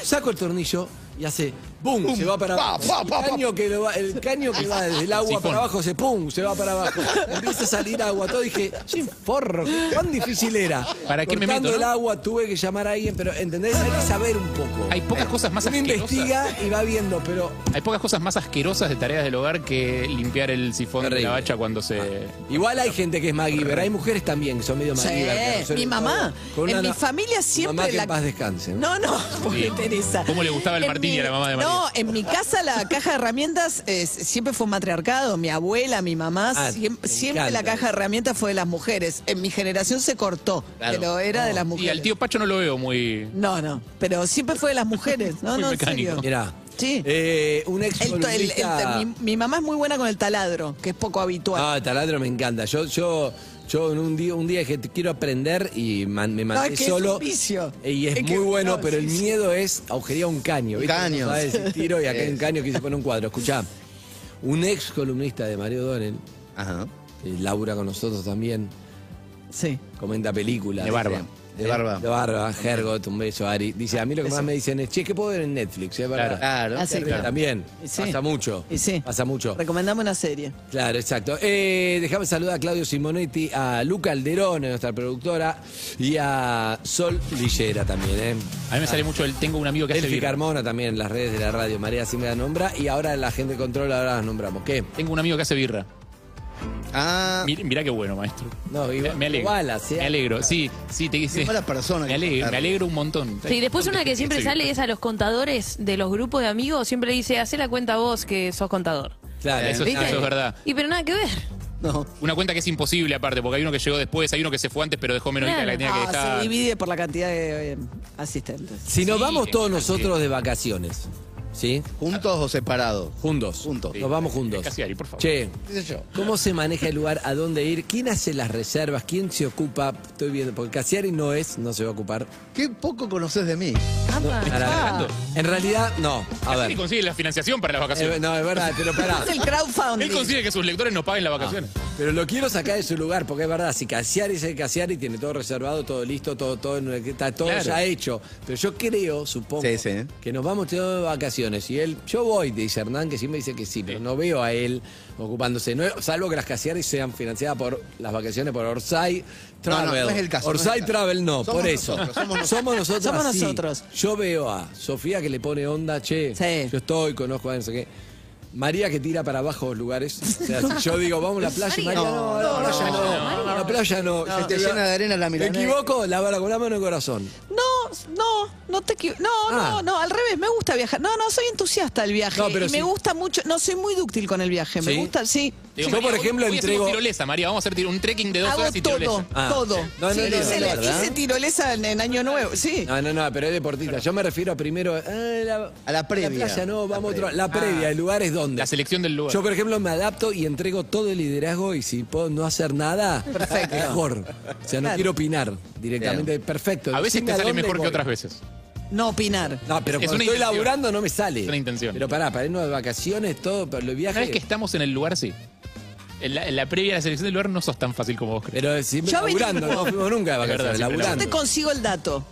Saco el tornillo y hace ¡Bum! Se va para Pa, abajo. pa, El pa, pa. caño que, lo va, el caño que va desde el agua Sifón. para abajo, se ¡pum! Se va para abajo. Empieza a salir agua. Todo dije, ¡chin forro! ¿Cuán difícil era? ¿Para qué me Cortando meto, el no? agua tuve que llamar a alguien, pero ¿entendés? Hay que saber un poco. Hay pocas cosas más Uno asquerosas. investiga y va viendo, pero Hay pocas cosas más asquerosas de tareas del hogar que limpiar el sifón de Terrible. Ah. la bacha cuando se. Igual hay gente que es MacGyver, hay mujeres también que son medio Sí, MacGyver. que resuelven eh, mi mamá. todo. Con En una- mi familia Mamá siempre que la. en paz descanse. ¿no? No, no, porque Teresa. ¿Cómo le gustaba el En martini mi- a la mamá de María? No, en mi casa la caja de herramientas eh, siempre fue un matriarcado. Mi abuela, mi mamá, Ah, siem- me siempre encanta. la caja de herramientas fue de las mujeres. En mi generación se cortó, Claro. pero era de las Y Oh. mujeres. al tío Pacho no lo veo muy. No, no, pero siempre fue de las mujeres. No, Muy no, en mecánico. serio. Mirá. Sí. Eh, un ex El to- el- el- futbolista- mi, mi mamá es muy buena con el taladro, que es poco habitual. Ah, taladro me encanta. Yo, yo, yo en un día, un día dije, quiero aprender y man- me mandé es que es solo. un vicio. Y es, Es muy que- bueno, no, pero sí, el sí. miedo es agujería un caño. ¿viste? Caño. No sabes si tiro y acá hay un Es. caño que se pone un cuadro. Escuchá, un ex columnista de Mario Donel, Ajá. que labura con nosotros también, Sí. comenta películas. De barba. Sí. De barba. De barba, Hergot, un beso, Ari. Dice, a mí lo que más me dicen es, che, ¿qué puedo ver en Netflix? Es verdad. Claro. Ah, sí, claro. También. Y sí. Pasa mucho. Y sí. Pasa mucho. Recomendame una serie. Claro, exacto. Eh, Déjame saludar a Claudio Simonetti, a Luca Alderón, nuestra productora, y a Sol Lillera también, ¿eh? A mí me sale mucho el tengo un amigo que hace Delphi birra. Carmona también, las redes de la radio. María siempre la nombra. Y ahora la gente de control, ahora las nombramos. ¿Qué? Tengo un amigo que hace birra. Ah, Mirá, mirá qué bueno, maestro. No, Me, igual, me alegro. igual hace- me alegro. Sí, sí, te dice. qué mala persona. Me que alegro, sos, me Carlos. alegro un montón. Sí, después una que siempre Sí. sale es a los contadores de los grupos de amigos, siempre dice, hacé la cuenta vos que sos contador. Claro, Eso, ¿viste? eso es verdad. Y pero nada que ver. No. Una cuenta que es imposible aparte, porque hay uno que llegó después, hay uno que se fue antes pero dejó menos guita que la Claro. tenía que Ah, dejar. se divide por la cantidad de eh, asistentes. Si nos Sí, vamos todos sí. nosotros de vacaciones, ¿sí? ¿Juntos o separados? Juntos. Juntos. Nos vamos juntos. Casi, Ari, por favor. Che, Dice yo. ¿cómo se maneja el lugar? ¿A dónde ir? ¿Quién hace las reservas? ¿Quién se ocupa? Estoy viendo, porque Casiari no es, no se va a ocupar. Qué poco conoces de mí. Apa. Pará. Ah. En realidad, no. A Él ver. consigue la financiación para las Eh, vacaciones. no, es verdad, pero pará. Es el crowdfunding. Él consigue que sus lectores nos paguen las Ah. vacaciones. Pero lo quiero sacar de su lugar, porque es verdad, si Casiari es el Casiari, tiene todo reservado, todo listo, todo, todo, en- está todo Claro. ya hecho. Pero yo creo, supongo, Sí, sí. que nos vamos todos de vacaciones. Y él, yo voy, dice Hernán, que siempre dice que sí, pero no veo a él ocupándose. No, salvo que las Casiari sean financiadas por las vacaciones por Orsay No, no, Travel. no es el caso, no es el Orsay caso. Travel no, Somos por eso. nosotros, somos nosotros. Somos nosotros. Somos así. nosotros. Yo veo a Sofía que le pone onda, che, Sí. yo estoy, conozco a no sé qué. María que tira para abajo los lugares. O sea, si yo digo, vamos a la playa. y María, no, no, la playa no. La playa no. Se te llena de arena la ¿Me mirada. equivoco? La bala con la mano en el corazón. No, no, no te equivo- No, Ah. no, no, al revés, me gusta viajar. No, no, soy entusiasta del viaje. No, pero y sí. me gusta mucho, no, soy muy dúctil con el viaje. Me ¿Sí? gusta, sí. Digo, Yo, por María, ejemplo, hoy- hoy hacemos entrego- tirolesa, María. Vamos a hacer tiro- un trekking de dos Hago horas y tirolesa. todo, Ah. todo. No, no, Sí, no, hice, no, la- ¿verdad? hice tirolesa en, en Año Nuevo, sí. No, no, no, pero él es deportista. Yo me refiero a primero. eh, la, A la previa. La playa no, La vamos a otro. previa. Ah. La previa, el lugar es donde. La selección del lugar. Yo, por ejemplo, me adapto y entrego todo el liderazgo y si puedo no hacer nada, mejor. O sea, no quiero opinar directamente. Perfecto. a veces decime te sale dónde mejor que voy. otras veces. No opinar. No, pero Es cuando una estoy intención. laburando no me sale. Es una intención. Pero pará, para irnos de vacaciones, todo, pero los Una vez viajes. que estamos en el lugar, sí. En la, en la previa de la selección del lugar no sos tan fácil como vos crees. Pero siempre Yo laburando, averiguo. no fuimos nunca de Es verdad, vacaciones, siempre Yo te laburando. consigo el dato.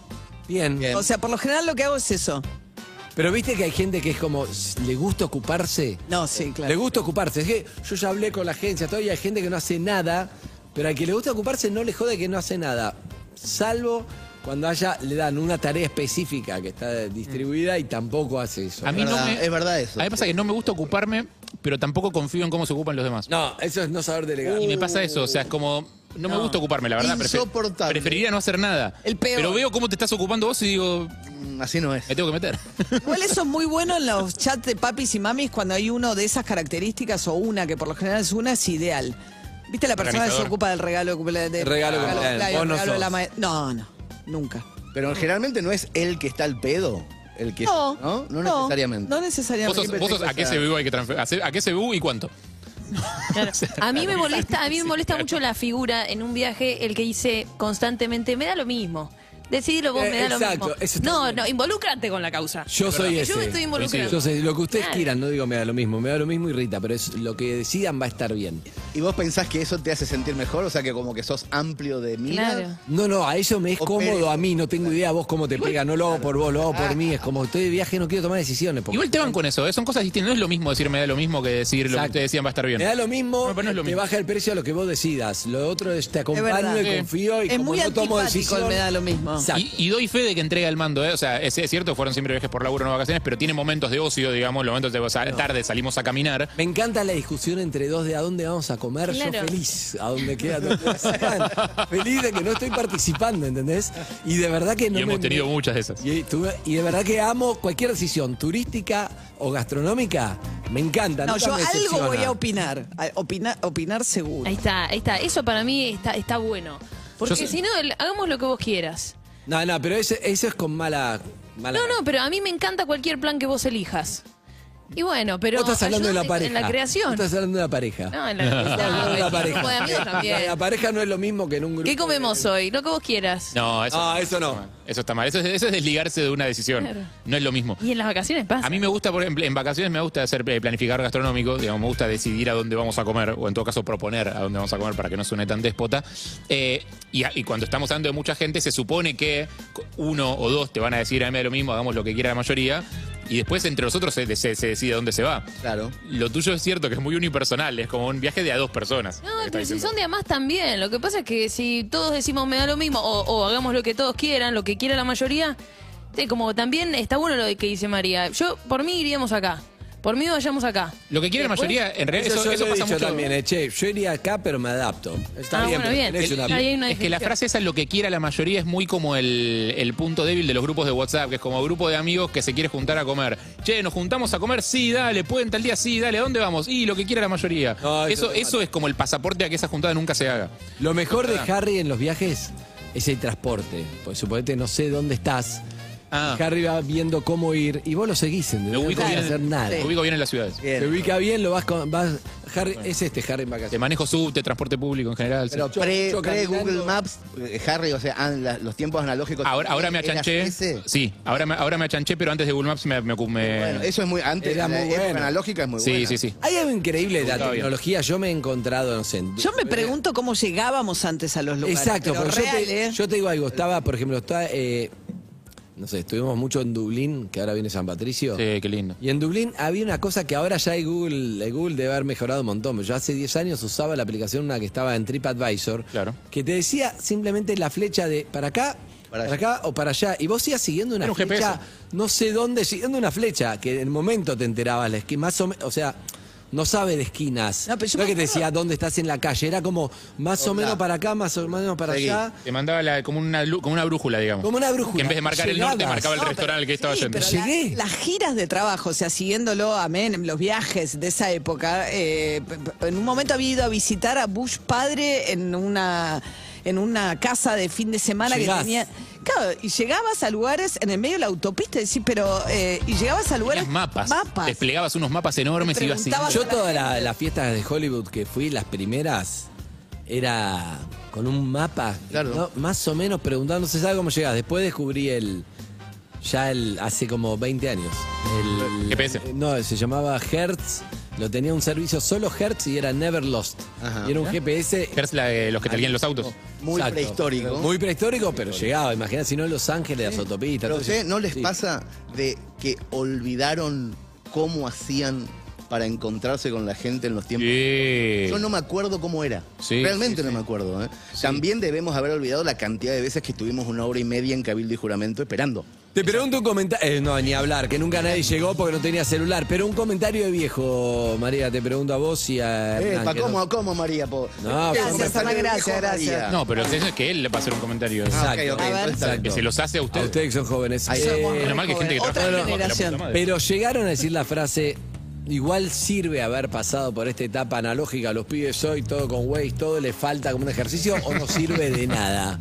Bien. O sea, por lo general lo que hago es eso. Pero viste que hay gente que es como, s- le gusta ocuparse. No, sí, claro. Le gusta ocuparse. Es que yo ya hablé con la agencia, todavía hay gente que no hace nada, pero al que le gusta ocuparse no le jode que no hace nada. Salvo cuando haya, le dan una tarea específica que está distribuida y tampoco hace eso. a mí no verdad, me, es verdad eso. A mí pasa que no me gusta ocuparme, pero tampoco confío en cómo se ocupan los demás. No, eso es no saber delegar. Uh, Y me pasa eso, o sea, es como. No, me gusta ocuparme, la verdad. prefe- Insoportable. Preferiría no hacer nada. El peor. Pero veo cómo te estás ocupando vos y digo, Mm, Así no es. Eh. me tengo que meter. Igual eso es muy bueno en los chats de papis y mamis cuando hay uno de esas características o una, que por lo general es una, es ideal. ¿Viste la persona que se Organizador. ocupa del regalo de cumpleaños? del El regalo de cumpleaños, del vos no regalo de la sos. ma- No, no, nunca. Pero generalmente no es el que está al pedo. El que No, no, No necesariamente. No Vos necesariamente. sos, vos sos a qué se vivo hay que transfer- a se- a qué se vivo y cuánto. A mí me molesta, a mí me Sí, molesta claro. mucho la figura en un viaje, el que dice constantemente, me da lo mismo. Decidilo vos, Eh, me da exacto, eso lo mismo. está No, bien. no, involúcrate con la causa. Yo soy Porque ese. yo me estoy involucrando. Yo sé, lo que ustedes Claro. quieran, no digo me da lo mismo, me da lo mismo y Rita, pero es lo que decidan va a estar bien. ¿Y vos pensás que eso te hace sentir mejor? O sea, que como que sos amplio de mira. Claro. No, no, a eso me es O cómodo, Pérez. a mí, no tengo idea vos cómo te pega, no lo hago por vos, lo hago Ah. por mí, es como estoy de viaje, no quiero tomar decisiones. porque- Igual te van con eso, ¿eh? son cosas distintas. No es lo mismo decir me da lo mismo que decir lo que Exacto. ustedes decían va a estar bien. Me da lo mismo, No, pero no es lo te mismo. baja el precio a lo que vos decidas. Lo otro es te verdad. acompaño y Sí. confío y es como muy no tomo antipático el decisión. me da lo mismo. Exacto. Y, y doy fe de que entrega el mando, ¿eh? O sea, es, es cierto, fueron siempre viajes por laburo, no vacaciones, pero tiene momentos de ocio, digamos, los momentos de o sea, tarde, salimos a caminar. Me encanta la discusión entre dos de a dónde vamos a comer. Yo Claro. feliz, a dónde queda. donde se van. feliz de que no estoy participando, ¿entendés? Y de verdad que no y hemos me- tenido muchas de esas. Y, tuve- y de verdad que amo cualquier decisión turística o gastronómica. Me encanta. No, nunca yo me algo decepciona. voy a opinar. A- Opinar, opinar seguro. Ahí está, ahí está. Eso para mí está, está bueno. Porque si no, el- hagamos lo que vos quieras. No, no, pero ese- eso es con mala. mala No, no, pero a mí me encanta cualquier plan que vos elijas. Y bueno, pero. Vos estás hablando de la ayúdate pareja. En la Vos creación. Estás hablando de la pareja. No, en la creación. Estás hablando de en la el pareja. grupo de amigos también. La pareja no es lo mismo que en un grupo. ¿Qué comemos hoy? Lo que vos quieras. No, eso, Ah, eso no. eso está mal. Eso es, eso es desligarse de una decisión. Claro. No es lo mismo. Y en las vacaciones pasa. A mí me gusta, por ejemplo, en vacaciones me gusta hacer eh, planificador gastronómico, digamos, me gusta decidir a dónde vamos a comer, o en todo caso proponer a dónde vamos a comer para que no suene tan déspota. Eh, y, a- y cuando estamos hablando de mucha gente, se supone que co- uno o dos te van a decir, a mí me da lo mismo, hagamos lo que quiera la mayoría, y después entre nosotros se, se- se decide a dónde se va. Claro. Lo tuyo es cierto que es muy unipersonal, es como un viaje de a dos personas. No, lo que pero estás si diciendo. son de a más también. Lo que pasa es que si todos decimos me da lo mismo o, o hagamos lo que todos quieran, lo que quiera la mayoría, sí, como también está bueno lo que dice María. Yo, por mí iríamos acá. Por mí vayamos acá. Lo que quiere la Después- mayoría, en realidad, Eso, eso, yo eso lo he pasa dicho mucho. también, eh, che, yo iría acá, pero me adapto. Está Ah, bien, bueno, pero bien. tenés El- una- ahí hay una es que la definición. frase esa lo que quiera la mayoría es muy como el, el punto débil de los grupos de WhatsApp, que es como grupo de amigos que se quiere juntar a comer. Che, nos juntamos a comer, sí, dale, pueden tal día, sí, dale, ¿a dónde vamos? Y lo que quiera la mayoría. No, eso eso te eso es como el pasaporte a que esa juntada nunca se haga. Lo mejor Ah. de Harry en los viajes es el transporte. Pues suponete, no sé dónde estás. Ah. y Harry va viendo cómo ir y vos lo seguís, Me ¿entendés? No ubico tenés que bien, hacer nada. me ubico bien en las ciudades. Bien. Se ubica bien, lo vas con. Vas, Harry, es este Harry en Te vacaciones. manejo subte, transporte público en general. sí. Pero Yo- pre, yo pre- caminando- Google Maps, eh, Harry, o sea, an- la- los tiempos analógicos. ahora, ahora me ¿Eras achanché. ese? Sí, ahora me, ahora me achanché, pero antes de Google Maps me... me, me- Bueno, eso es muy. Antes, Era la muy época bueno. analógica es muy sí, buena. sí, sí. Hay algo increíble de la Está bien. tecnología. Yo me he encontrado, no sé. en- Yo me pregunto cómo llegábamos antes a los lugares. Exacto, pero porque yo real, te, ¿eh? yo te digo algo. Estaba, por ejemplo, está. eh, no sé, estuvimos mucho en Dublín, que ahora viene San Ah, Patricio. Sí, qué lindo. Y en Dublín había una cosa que ahora ya hay Google, el Google debe haber mejorado un montón. pero Yo hace 10 años usaba la aplicación una que estaba en TripAdvisor, Claro. que te decía simplemente la flecha de para acá, para, Para acá o para allá. Y vos ibas siguiendo una Era un flecha, GPS. no sé dónde, siguiendo una flecha, que en el momento te enterabas, la esquina, más o menos, o sea, no sabe de esquinas. No, No, pero yo es me que te decía dónde estás en la calle, era como más o Hola. menos para acá, más o menos para Seguí. allá. Te mandaba la- como, una, lu- como una brújula, digamos. Como una brújula. Que en vez de marcar el norte, Llegabas. marcaba el No, restaurante al que estaba Sí, yendo. pero yendo. la- Llegué. las giras de trabajo, o sea, siguiéndolo a Menem, los viajes de esa época. eh, p- p- en un momento había ido a visitar a Bush padre en una en una casa de fin de semana Llegás. que tenía. Claro, y llegabas a lugares en el medio de la autopista, decís, pero. eh, y llegabas a lugares. Tenías mapas. Desplegabas unos mapas enormes y ibas preguntabas siguiendo. Yo todas la- las fiestas de Hollywood que fui, las primeras, era con un mapa, Claro. ¿no? más o menos preguntándose, ¿sabe cómo llegás? Después descubrí el, ya el, hace como 20 años. El, eh, GPS. No, se llamaba Hertz, lo tenía un servicio solo Hertz y era Never Lost. Ajá. y era un GPS... Hertz, la de los que te alquilan los autos. Muy Exacto. prehistórico. Muy prehistórico, pero llegaba, imagínate, si no Los Ángeles, las autopistas. Pero todo a ustedes eso. no les Sí. pasa de que olvidaron cómo hacían para encontrarse con la gente en los tiempos. Sí. Yo no me acuerdo cómo era. Sí, Realmente sí, no sí. me acuerdo. ¿eh? También debemos haber olvidado la cantidad de veces que estuvimos una hora y media en Cabildo y Juramento esperando. Te pregunto un comentario. no, ni hablar, que nunca nadie llegó porque no tenía celular. Pero un comentario de viejo, María, te pregunto a vos y a. Eh, Hernán, pa, que ¿cómo, no- cómo, María? po? No, ¿Qué pero- Gracias, comentario Ana, de gracias, viejo, gracias. María? No, pero lo que es que él le va a hacer un comentario. Ah, ok, ok, Exacto, entonces está exacto. bien. Que se los hace a ustedes. A ustedes que son jóvenes. Ahí Eh, somos. Menos mal que hay gente que Otra trabaja en el trabajo, la generación. puta madre. pero llegaron a decir la frase. Igual sirve haber pasado por esta etapa analógica, los pibes hoy, todo con Waze, todo le falta como un ejercicio o no sirve de nada.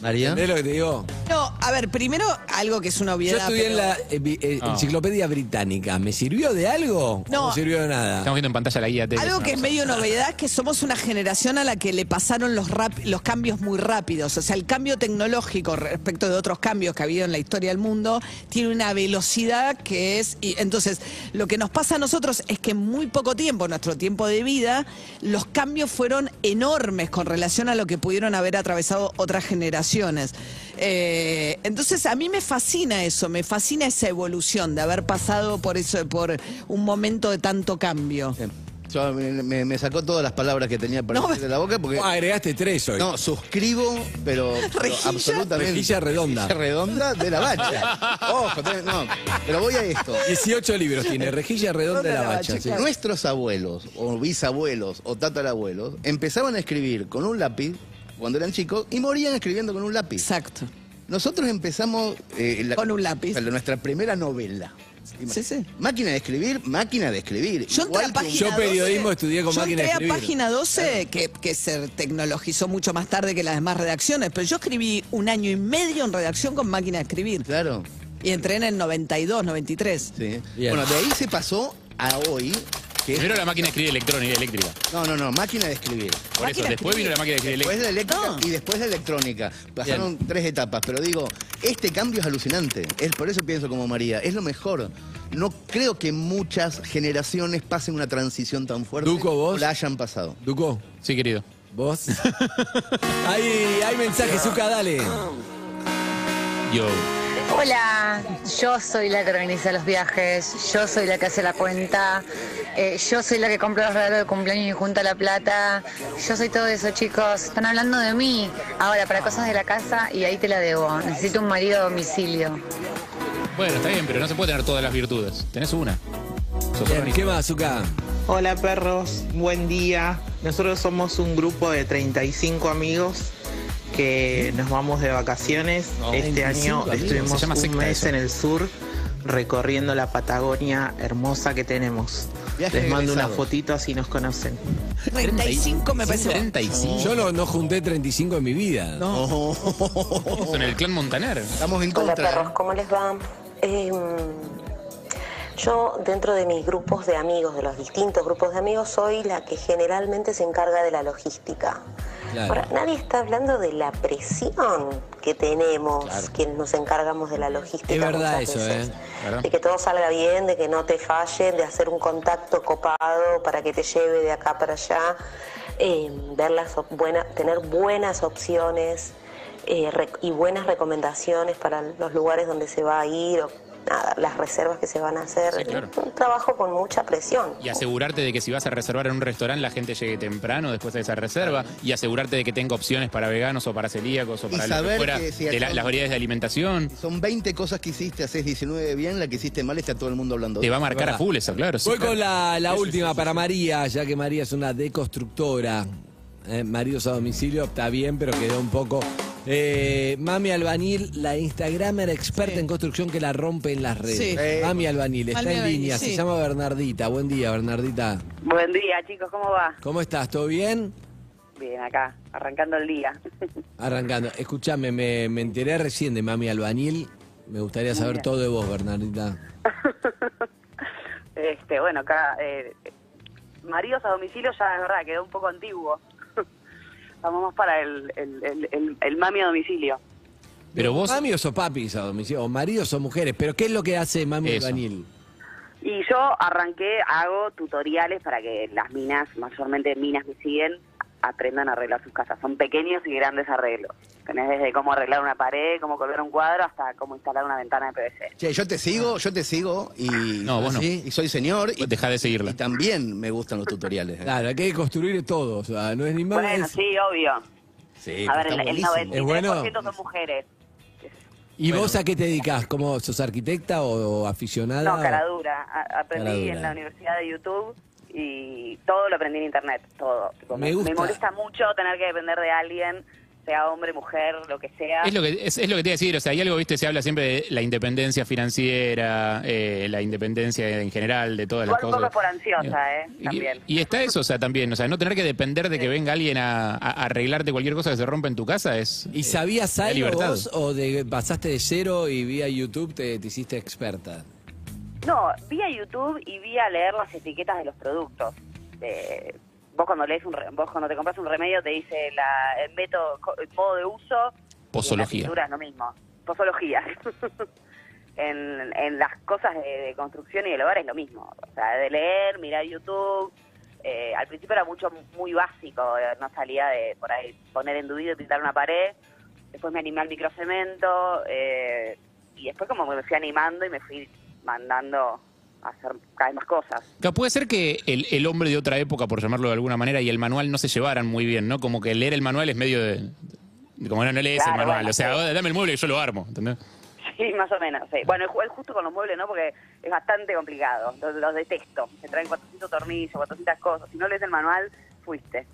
María. ¿Entendés lo que te digo? No, a ver, primero algo que es una Yo obviedad. estudié en pero- la eh, bi- eh, Ah. enciclopedia británica. ¿Me sirvió de algo? No. ¿O no sirvió de nada? Estamos viendo en pantalla la guía. de- Algo que es medio novedad es que somos una generación a la que le pasaron los, rap- los cambios muy rápidos. O sea, el cambio tecnológico respecto de otros cambios que ha habido en la historia del mundo tiene una velocidad que es. Y entonces, lo que nos pasa a nosotros es que en muy poco tiempo, nuestro tiempo de vida, los cambios fueron enormes con relación a lo que pudieron haber atravesado otras generaciones. Eh, entonces, a mí me fascina eso, me fascina esa evolución de haber pasado por eso, por un momento de tanto cambio. eh, Yo- me, me- me sacó todas las palabras que tenía para No, decir de la boca porque. Oh, agregaste tres hoy. No, suscribo, pero, pero Rejilla. absolutamente. Rejilla redonda. Rejilla redonda de la bacha. Ojo, tenés- no. Pero voy a esto. 18 libros tiene, rejilla redonda de la bacha. sí. Nuestros abuelos, o bisabuelos, o tatarabuelos, empezaban a escribir con un lápiz cuando eran chicos y morían escribiendo con un lápiz. Exacto. Nosotros empezamos... eh, la- Con un lápiz. pero nuestra primera novela. Sí, sí. Máquina de escribir, máquina de escribir. Yo entré Igual a que un- página Yo periodismo 12, estudié con yo máquina de entré escribir. a página 12, que, que se tecnologizó mucho más tarde que las demás redacciones, pero yo escribí un año y medio en redacción con máquina de escribir. Claro. Y entré en el 92, 93. Sí. Bien. Bueno, de ahí se pasó a hoy. Que Primero la máquina de escribir electrónica, eléctrica. No, no, no, máquina de escribir. Por eso, Máquina de después vino la máquina de escribir Después eléctrica. de eléctrica Ah. y después de electrónica. Pasaron tres etapas, pero digo, este cambio es alucinante. Es por eso pienso como María, es lo mejor. No creo que muchas generaciones pasen una transición tan fuerte Duco, vos. o la hayan pasado. Duco, Sí, querido. vos. hay, hay mensajes, Zuka, dale. Yo. Hola, yo soy la que organiza los viajes, yo soy la que hace la cuenta, eh, yo soy la que compra los regalos de cumpleaños y junta la plata, yo soy todo eso chicos, están hablando de mí. Ahora, para cosas de la casa y ahí te la debo, necesito un marido a domicilio. Bueno, está bien, pero no se puede tener todas las virtudes. Tenés una. Sos Bien, orgánico. ¿Qué más, Zuka? Hola perros, buen día. Nosotros somos un grupo de 35 amigos que nos vamos de vacaciones. No, este 25 año amigos, se estuvimos llama un secta mes eso. en el sur recorriendo la Patagonia hermosa que tenemos. Viaje Les mando egresado. unas fotitos si nos conocen. 35 me parece. 35. Yo no, no junté 35 en mi vida. No. Son el clan Montaner. Estamos en Hola contra. perros, ¿cómo les va? Eh, yo dentro de mis grupos de amigos, de los distintos grupos de amigos, soy la que generalmente se encarga de la logística. Claro. Ahora, nadie está hablando de la presión que tenemos quienes nos encargamos de la logística. Es verdad muchas eso, veces. ¿eh? ¿verdad? De que todo salga bien, de que no te fallen, de hacer un contacto copado para que te lleve de acá para allá, eh, ver las op- buena- tener buenas opciones eh, rec- y buenas recomendaciones para los lugares donde se va a ir o nada, las reservas que se van a hacer. Sí, claro. Un trabajo con mucha presión. Y asegurarte de que si vas a reservar en un restaurante la gente llegue temprano después de esa reserva. Y asegurarte de que tenga opciones para veganos o para celíacos o Y para lo que saber fuera que si de la- acá- las variedades de alimentación. Son 20 cosas que hiciste, haces 19 bien, la que hiciste mal está todo el mundo hablando. Te va a marcar verdad. a full eso, claro. sí, Voy claro. con la, la última para María, ya que María es una deconstructora. Eh, maridos a domicilio está bien, pero quedó un poco. Eh, Mami Albanil, la Instagramer experta en construcción que la rompe en las redes. Sí. Eh. Mami Albanil, está Mami en Albanil, línea, se sí. llama Bernardita. Buen día, Bernardita. Buen día chicos, ¿cómo va? ¿Cómo estás? ¿Todo bien? Bien, acá, arrancando el día. Arrancando. Escúchame, me, me enteré recién de Mami Albanil. Me gustaría saber todo de vos, Bernardita. Este, bueno, acá eh, maridos a domicilio ya es verdad, quedó un poco antiguo. Vamos más para el, el, el- el- el mami a domicilio. Pero vos. Mami o sos papis a domicilio, o maridos o mujeres, pero ¿qué es lo que hace Mami Eso. Albanil? Y yo arranqué, hago tutoriales para que las minas, mayormente minas que siguen, aprendan a arreglar sus casas. Son pequeños y grandes arreglos. Tenés desde cómo arreglar una pared, cómo colgar un cuadro, hasta cómo instalar una ventana de PVC. Che, yo te sigo, yo te sigo y, Ah. No, vos no. y soy señor y, Dejá de seguirla. y también me gustan los tutoriales. eh. Claro, hay que construir todo, o sea, no es ni Mami. Bueno, es- sí, obvio. Sí, A ver, está el, el buenísimo. 93% Es bueno. son mujeres. ¿Y vos a qué te dedicas? ¿Cómo sos arquitecta o, o aficionada? No, caradura. A- Aprendí Caradura. en la universidad de YouTube y todo lo aprendí en internet, todo. Tipo, Me me, gusta. me molesta mucho tener que depender de alguien, sea hombre, mujer, lo que sea. Es lo, que, es, es lo que te iba a decir, o sea, hay algo, viste, se habla siempre de la independencia financiera, eh, la independencia en general, de todas las Igual un cosas. poco por ansiosa, eh, Y- también. Y, está eso, o sea, también, o sea, no tener que depender de que venga alguien a, a arreglarte cualquier cosa que se rompa en tu casa es... ¿Y sabías Da algo libertad. vos o de, pasaste de cero y vía YouTube te, te hiciste experta? No, vi a YouTube y vi a leer las etiquetas de los productos. Eh, vos cuando lees un re- vos cuando te compras un remedio te dice la, el método, co- el modo de uso. Posología. Y en la es lo mismo. Posología. en, en las cosas de, de construcción y del hogar es lo mismo. O sea, de leer, mirar YouTube. eh, al principio era mucho muy básico, eh, no salía de por ahí poner endubido y pintar una pared. Después me animé al microcemento eh, y después como que me fui animando y me fui mandando a hacer cada vez más cosas. Claro, Puede ser que el, el hombre de otra época, por llamarlo de alguna manera, y el manual no se llevaran muy bien, ¿no? Como que leer el manual es medio de... de Como no, no lees Claro, el manual, bueno, o sea, sí. "Oh, dame el mueble y yo lo armo, ¿entendés? Sí, más o menos. sí. Bueno, el, ju- el justo con los muebles, ¿no? Porque es bastante complicado. Los, los detesto. Se traen 400 tornillos, 400 cosas. Si no lees el manual, fuiste.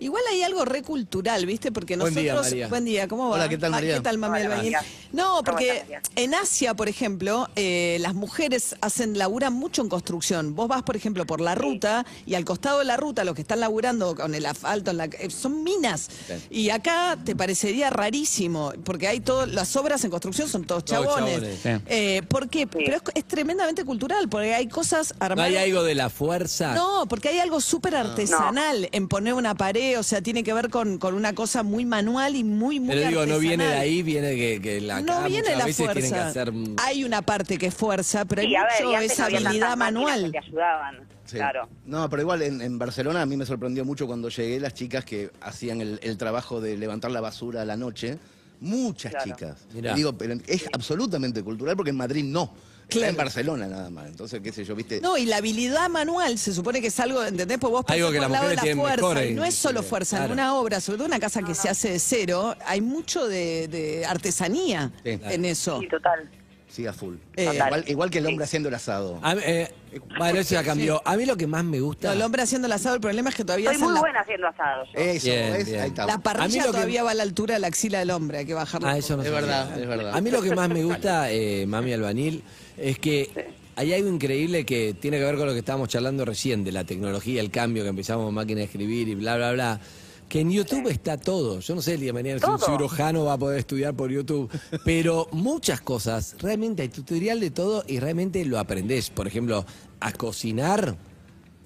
Igual hay algo recultural, ¿viste? Porque Buen nosotros. día, María. Buen día, ¿cómo va? ¿eh? Hola, ¿qué tal, Ah, María? ¿Qué tal, mami Hola, Albañil? María. No, ¿Cómo porque estás, María? en Asia, por ejemplo, eh, las mujeres hacen, laburan mucho en construcción. Vos vas, por ejemplo, por la ruta y al costado de la ruta, los que están laburando con el asfalto, en la- eh, son minas. Y acá te parecería rarísimo, porque hay todo, las obras en construcción son todos Todos chabones. chabones. Sí. Eh, ¿Por qué? Pero es, es tremendamente cultural, porque hay cosas ¿No armadas. hay algo de la fuerza? No, porque hay algo súper artesanal en poner una pared, o sea, tiene que ver con, con una cosa muy manual y muy, muy Pero digo, no artesanal. viene de ahí, viene que, que la No acá viene muchas la veces tienen que fuerza. hacer... Hay una parte que es fuerza, pero hay Sí, a ver, mucho y antes esa no había tantas habilidad máquinas manual. que te ayudaban, Sí. claro. No, pero igual en, en Barcelona a mí me sorprendió mucho cuando llegué las chicas que hacían el, el trabajo de levantar la basura a la noche. Muchas Claro. chicas. Mirá. Y Digo, pero es absolutamente cultural porque en Madrid no. Está en Barcelona nada más. Entonces, qué sé yo, viste. No, y la habilidad manual se supone que es algo, ¿entendés? Porque vos Algo que pensás por las el lado de mujeres tienen fuerza, mejor, y no es solo inclusive, fuerza, claro. en una obra, sobre todo una casa que se hace de cero, hay mucho de, de artesanía Sí. en eso. Sí, total. Sí, a full. Eh, igual, igual que el hombre haciendo el asado. A mí, eh, bueno, eso ya cambió. A mí lo que más me gusta... No, el hombre haciendo el asado, el problema es que todavía Soy hacen muy la- buena haciendo asado yo. Eso, Bien, ¿ves? bien. Ahí está. La A mí parrilla lo que- todavía va a la altura de la axila del hombre, hay que bajarla. Ah, eso no Es sabía. verdad, es verdad. A mí lo que más me gusta, eh, Mami Albanil, es que hay algo increíble que tiene que ver con lo que estábamos charlando recién, de la tecnología, el cambio, que empezamos máquina de escribir y bla, bla, bla. Que en YouTube está todo. Yo no sé el día de mañana si un Todo. cirujano va a poder estudiar por YouTube, pero muchas cosas, realmente hay tutorial de todo y realmente lo aprendés. Por ejemplo, a cocinar,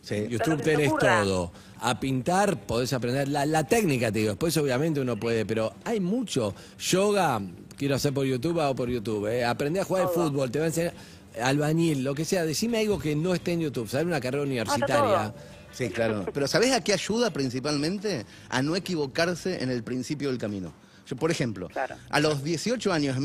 Sí. Pero YouTube que se te tenés ocurra. todo. A pintar podés aprender la, la técnica, te digo. Después obviamente uno puede, pero hay mucho. Yoga, quiero hacer por YouTube, hago por YouTube. eh. Aprendé a jugar al fútbol, te va a enseñar albañil, lo que sea. Decime algo que no esté en YouTube. Sale una carrera universitaria. Sí, claro. Pero ¿sabés a qué ayuda principalmente? A no equivocarse en el principio del camino. Yo, por ejemplo, Claro. a los 18 años, en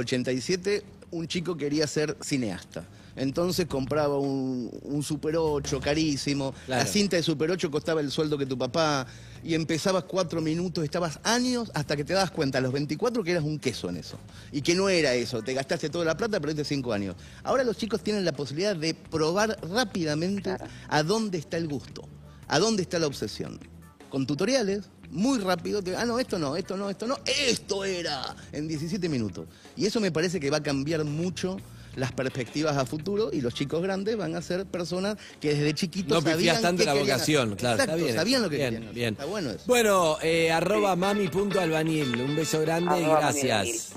1987, un chico quería ser cineasta. Entonces compraba un, un Super 8 carísimo, la Claro. cinta de Super 8 costaba el sueldo que tu papá, y empezabas cuatro minutos, estabas años hasta que te das cuenta a los 24 que eras un queso en eso. Y que no era eso, te gastaste toda la plata, perdiste cinco años. Ahora los chicos tienen la posibilidad de probar rápidamente a dónde está el gusto, a dónde está la obsesión. Con tutoriales, muy rápido, te- ah, no, esto no, esto no, esto no, esto era, en 17 minutos. Y eso me parece que va a cambiar mucho las perspectivas a futuro y los chicos grandes van a ser personas que desde chiquitos No sabían pifias tanto qué la querían vocación, hacer. claro. Exacto, está bien. sabían lo que Bien, querían. hacer. bien. Está bueno eso. Bueno, eh, arroba mami.albanil. Un beso grande Arroba y gracias.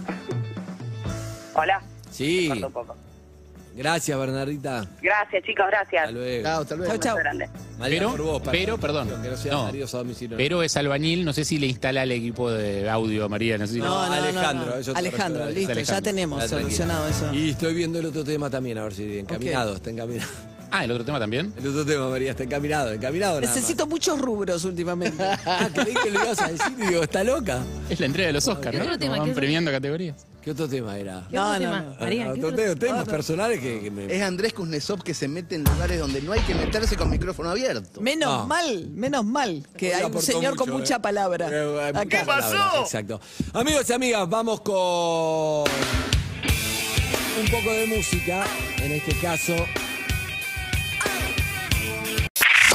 Hola. Sí, Corto un poco. gracias Bernardita. Gracias, chicos, gracias. Hasta luego. Chao, hasta luego. Chao, chao. Beso grande. María, Pero- por vos, para pero, la perdón, producción, Que no sean no. maridos a domicilio. Pero es albañil, no sé si le instala el equipo de audio a María, no sé si No, lo- Alejandro, eso te Alejandro, resuelve, listo, Alejandro. ya Ah, tenemos tranquilo. solucionado eso. Y estoy viendo el otro tema también, a ver si encaminado, está encaminado. Ah, el otro tema también. El otro tema, María, está encaminado, encaminado. nada más. Necesito muchos rubros últimamente. Ah, creí que lo ibas a decir, digo, está loca. Es la entrega de los Oscars, ¿Qué ¿no? otro Como tema? van ¿Qué otro- premiando categorías. ¿Qué otro tema era? ¿Qué otro tema? María, Ah, ¿qué otro otro- tema, temas personales que, que me. Es Andrés Kuznetsov que se mete en lugares donde no hay que meterse con micrófono abierto. Menos Ah. mal, menos mal que Hoy hay un aportó señor con mucho, mucha eh. palabra. Eh, eh, acá. muchas palabras, exacto. Amigos y amigas, vamos con un poco de música, en este caso.